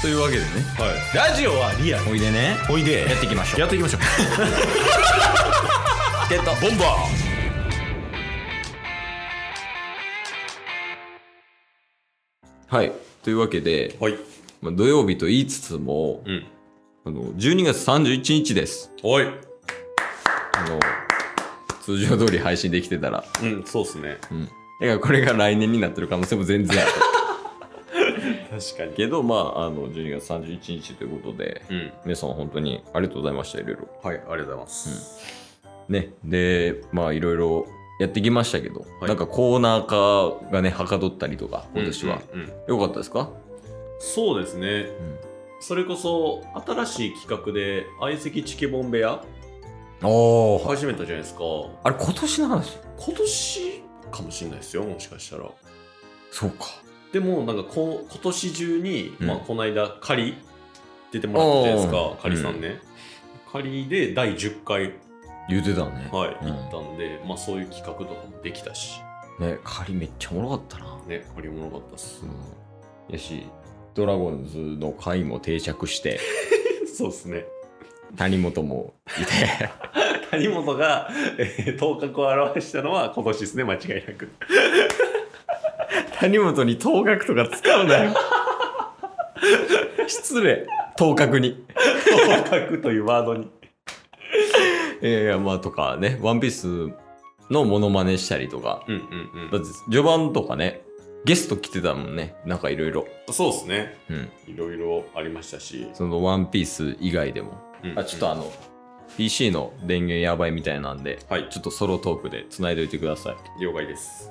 というわけでねはい、ラジオはリアルおいでねおいでやっていきましょうやっていきましょう ゲットボンバはいというわけで、ーはいまあ、土曜日と言いつつも、うんあの12月31日ですおいあの通常通り配信できてたらうんそうっすねうんだからこれが来年になってる可能性も全然ある確かにけどまああの12月31日ということでうん皆さん本当にありがとうございましたいろいろはいありがとうございます、ねでまあいろいろやってきましたけど、はいなんかコーナー化がねはかどったりとか今年は、うんうんうんよかったですか、そうですねそれこそ新しい企画で相席チケボンベアおー始めたじゃないですかあれ今年の話今年かもしれないですよもしかしたらそうかでもなんかこ今年中に、うんまあ、この間仮出てもらったじゃないですおかー仮さんね、仮で第10回言うてたね、はい、うん行ったんで、まあ、そういう企画とかもできたしね仮めっちゃおもろかったな、ね仮もよかったっす やしドラゴンズの会も定着 してそうですね谷本もいて谷本が、えー頭角を表したのは今年ですね間違いなく谷本に頭角とか使うなよ 失礼頭角に頭角というワードにいやいやまあとかね「ワンピースのモノマネしたりとかうんうんだって序盤とかねゲスト来てたもんねなんかいろいろそうですねうんいろいろありましたし、その「ワンピース以外でもあちょっとあの、PC の電源やばいみたいなんで、はいちょっとソロトークで繋いでおいてください。了解です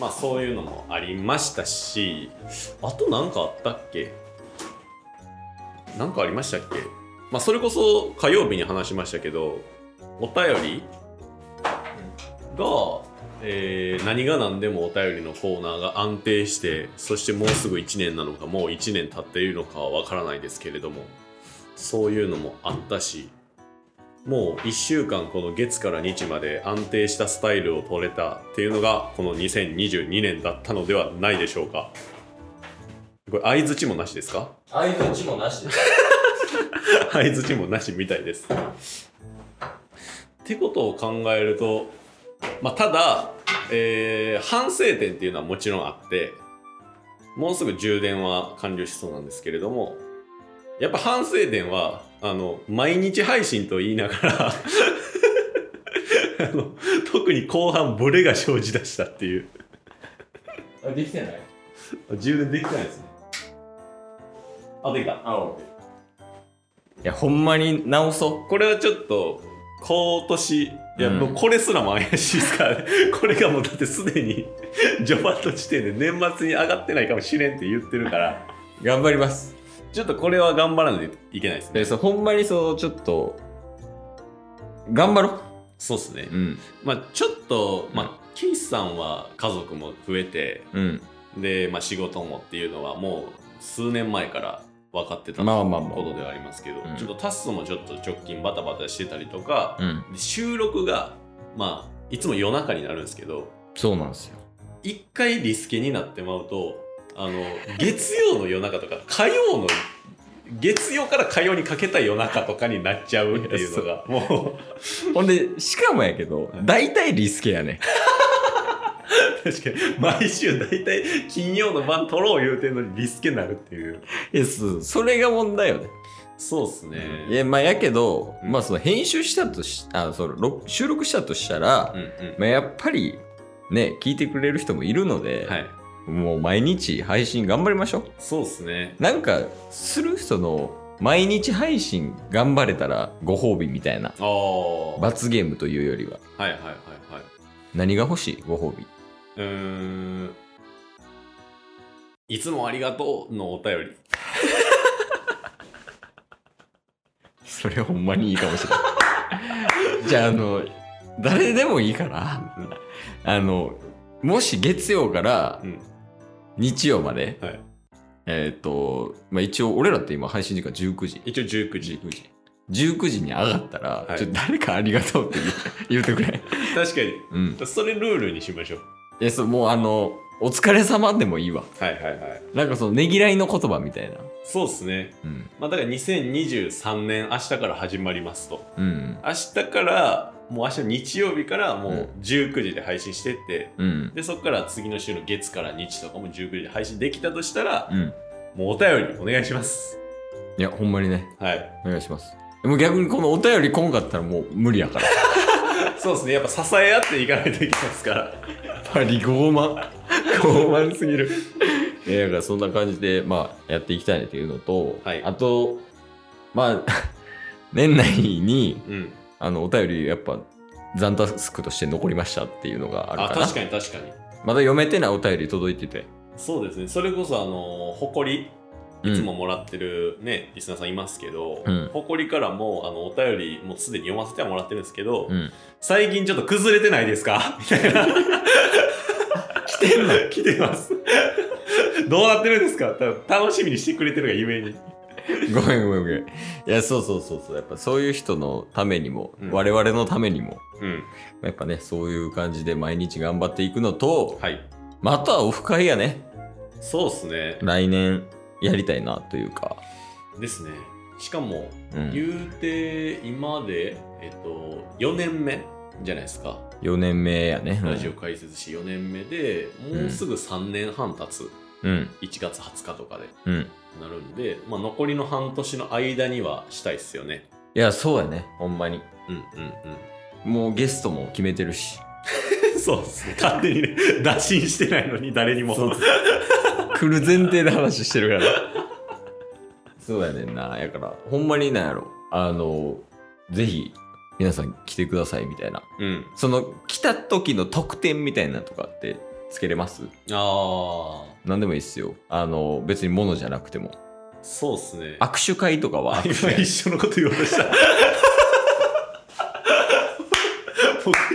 まあそういうのもありましたしあと何かあったっけ何かありましたっけまあそれこそ火曜日に話しましたけどお便りが、えー何が何でもお便りのコーナーが安定してそしてもうすぐ1年なのかもう1年経っているのかはわからないですけれどもそういうのもあったしもう1週間この月から日まで安定したスタイルを取れたっていうのがこの2022年だったのではないでしょうかこれ相づちもなしですか相づちもなしです。 相づちもなしみたいですってことを考えるとまあただ、えー反省点っていうのはもちろんあってもうすぐ充電は完了しそうなんですけれどもやっぱ反省点はあの毎日配信と言いながら あの特に後半ブレが生じだしたっていうできてない充電できてないですねあできたいや、ほんまに直そこれはちょっと今年いや、うんもうこれすらも怪しいですからね これがもうだってすでに 序盤の時点で年末に上がってないかもしれんって言ってるからう。頑張ります。ちょっとこれは頑張らないといけないですねで、そうほんまにそう、ちょっと、頑張ろそうですねう。うん。まあちょっとまあケイスさんは家族も増えてうん。で、まあ、仕事もっていうのはもう数年前から分かってたまあまあまあことではありますけど、うんちょっとタッスもちょっと直近バタバタしてたりとか、うん。で収録がまあいつも夜中になるんですけどそうなんですよ。一回リスケになってまうとあの月曜の夜中とか火曜の月曜から火曜にかけた夜中とかになっちゃうっていうの がもうほんで、しかもやけど、大体リスケやね。確かに毎週大体金曜の晩撮ろう言うてんのにリスケになるっていういやそうそれが問題よね。そうっすねいや、まあやけど、うんまあその編集したとし、あ、そう、録収録したとしたら、うんうんまあ、やっぱりね聞いてくれる人もいるので、はいもう毎日配信頑張りましょそうっすねうなんかする人の毎日配信頑張れたらご褒美みたいなああはい罰ゲームというよりははいはいはい何が欲しいご褒美うーんいつもありがとうのお便りそれほんまにいいかもしれない じゃああの誰でもいいからあのもし月曜からうん日曜まで、はいえっ、と、まあ、一応俺らって今配信時間19時一応19時19時19時に上がったら、はいちょっと誰かありがとうって言う 言うてくれ確かにうんそれルールにしましょうえそうもうあのお疲れ様でもいいわ。はいはいはいなんかそのねぎらいの言葉みたいな。そうですねうん。まあだから2023年明日から始まりますとうん。明日からもう明日日曜日からもううん19時で配信してって、うん。でそこから次の週の月から日とかも19時で配信できたとしたら、うん。もうお便りお願いしますいや、ほんまにね、はいお願いします。でも逆にこのお便り来んかったらもう無理やから。やそうですねやっぱ支え合っていかないといけないですからっぱり傲慢。傲慢すぎる。いや、だからそんな感じで、まあ、やっていきたいっていうのと、はいあと、まあ、 年内に、うんあの、お便りやっぱ、残タスクとして残りましたっていうのがあるあから。確かに確かにまだ読めてないお便り届いてて。そうですねそれこそあの誇りうんいつももらってるね、リスナーさんいますけど、うん誇りからもあのお便りもうすでに読ませてはもらってるんですけど、うん。最近ちょっと崩れてないです かみたいな来てるの来てますどうなってるんですか多分楽しみにしてくれてるがゆえにごめんごめんごめん。いや、そうそうそうそう。やっぱそういう人のためにも、うん我々のためにも、うんやっぱね、そういう感じで毎日頑張っていくのと、はいまあ、あとはオフ会やね。そうっすね来年やりたいなというか。ですねしかも、うん、言うて今でえっと4年目じゃないですか4年目やね。うんラジオ解説し4年目でもうすぐ3年半経つうん。 1月20日とかでうん。なるんで、まあ、残りの半年の間にはしたいっすよねいや、そうやね。ほんまに。うんうんもうゲストも決めてるし。うん そうっすね勝手にね打診してないのに誰にもそう来る前提で話して るから。そうやねんな。やから、ほんまになんやろ。あの、ぜひ、皆さん来てくださいみたいな。うんその、来た時の特典みたいなのとかってつけれますあ何でもいいっすよ。あの、別に物じゃなくても。あそうっすね握手会とかは握手今会一緒のこと言おうとした もう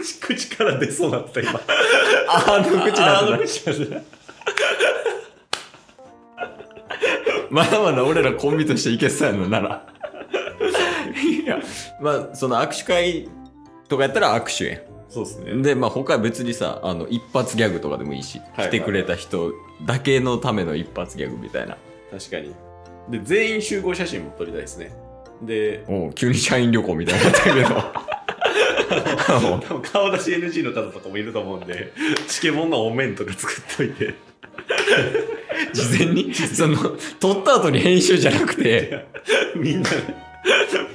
口口から出そうだった 今あの口なんだあー口なんだまだまだ俺らコンビとしていけそうやのなら。いや、まあ、その握手会とかやったら握手やん。そうっすねでまあ他は別にさあの一発ギャグとかでもいいし、はい来てくれた人だけのための一発ギャグみたいな確かにで全員集合写真も撮りたいですねでおう急に社員旅行みたいになったけ どもう多分顔出し NG の方とかもいると思うんでチケモンのお面とか作っといて事前にその撮った後に編集じゃなくてみんな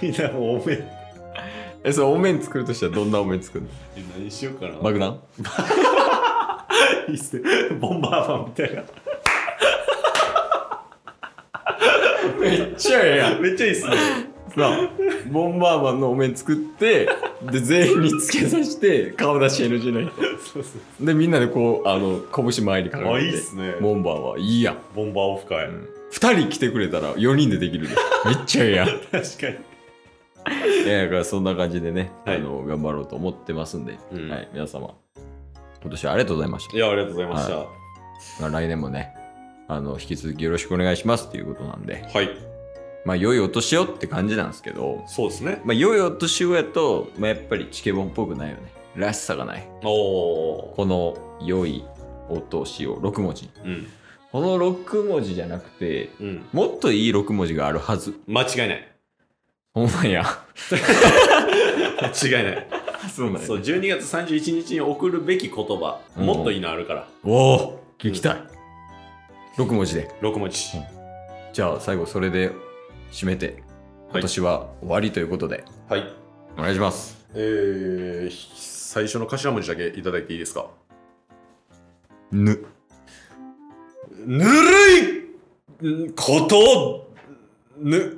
みんなもうお面えそれお面作るとしたらどんなお面作るの何しようかな爆弾いいっすねボンバーマンみたいなめっちゃええやんめっちゃいいっすねさあボンバーマンのお面作ってで全員につけさせて顔出し NG の人そうっすねでみんなでこうあの拳前にあ掲いげいってすねボンバーはいいやんボンバーオフ会、 2人来てくれたら4人でできるでめっちゃええ やん確かにいやだからそんな感じでね、はいあの頑張ろうと思ってますんで、うんはい、皆様今年はありがとうございましいやありがとうございましたはた、まあ、来年もねあの引き続きよろしくお願いしますっていうことなんではい、まあ良いお年をって感じなんですけどそうですねまあ良いお年をやと、まあ、やっぱりチケボンっぽくないよねらしさがないおおこの良いお年を6文字うんこの6文字じゃなくてうんもっといい6文字があるはず間違いないほんまや間違いない そうなんやそう12月31日に送るべき言葉、うんもっといいのあるからおお聞きたい、6文字で6文字、うんじゃあ最後それで締めて今年は終わりということではいお願いしますえー、最初の頭文字だけいただいていいですかぬぬるいことぬ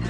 す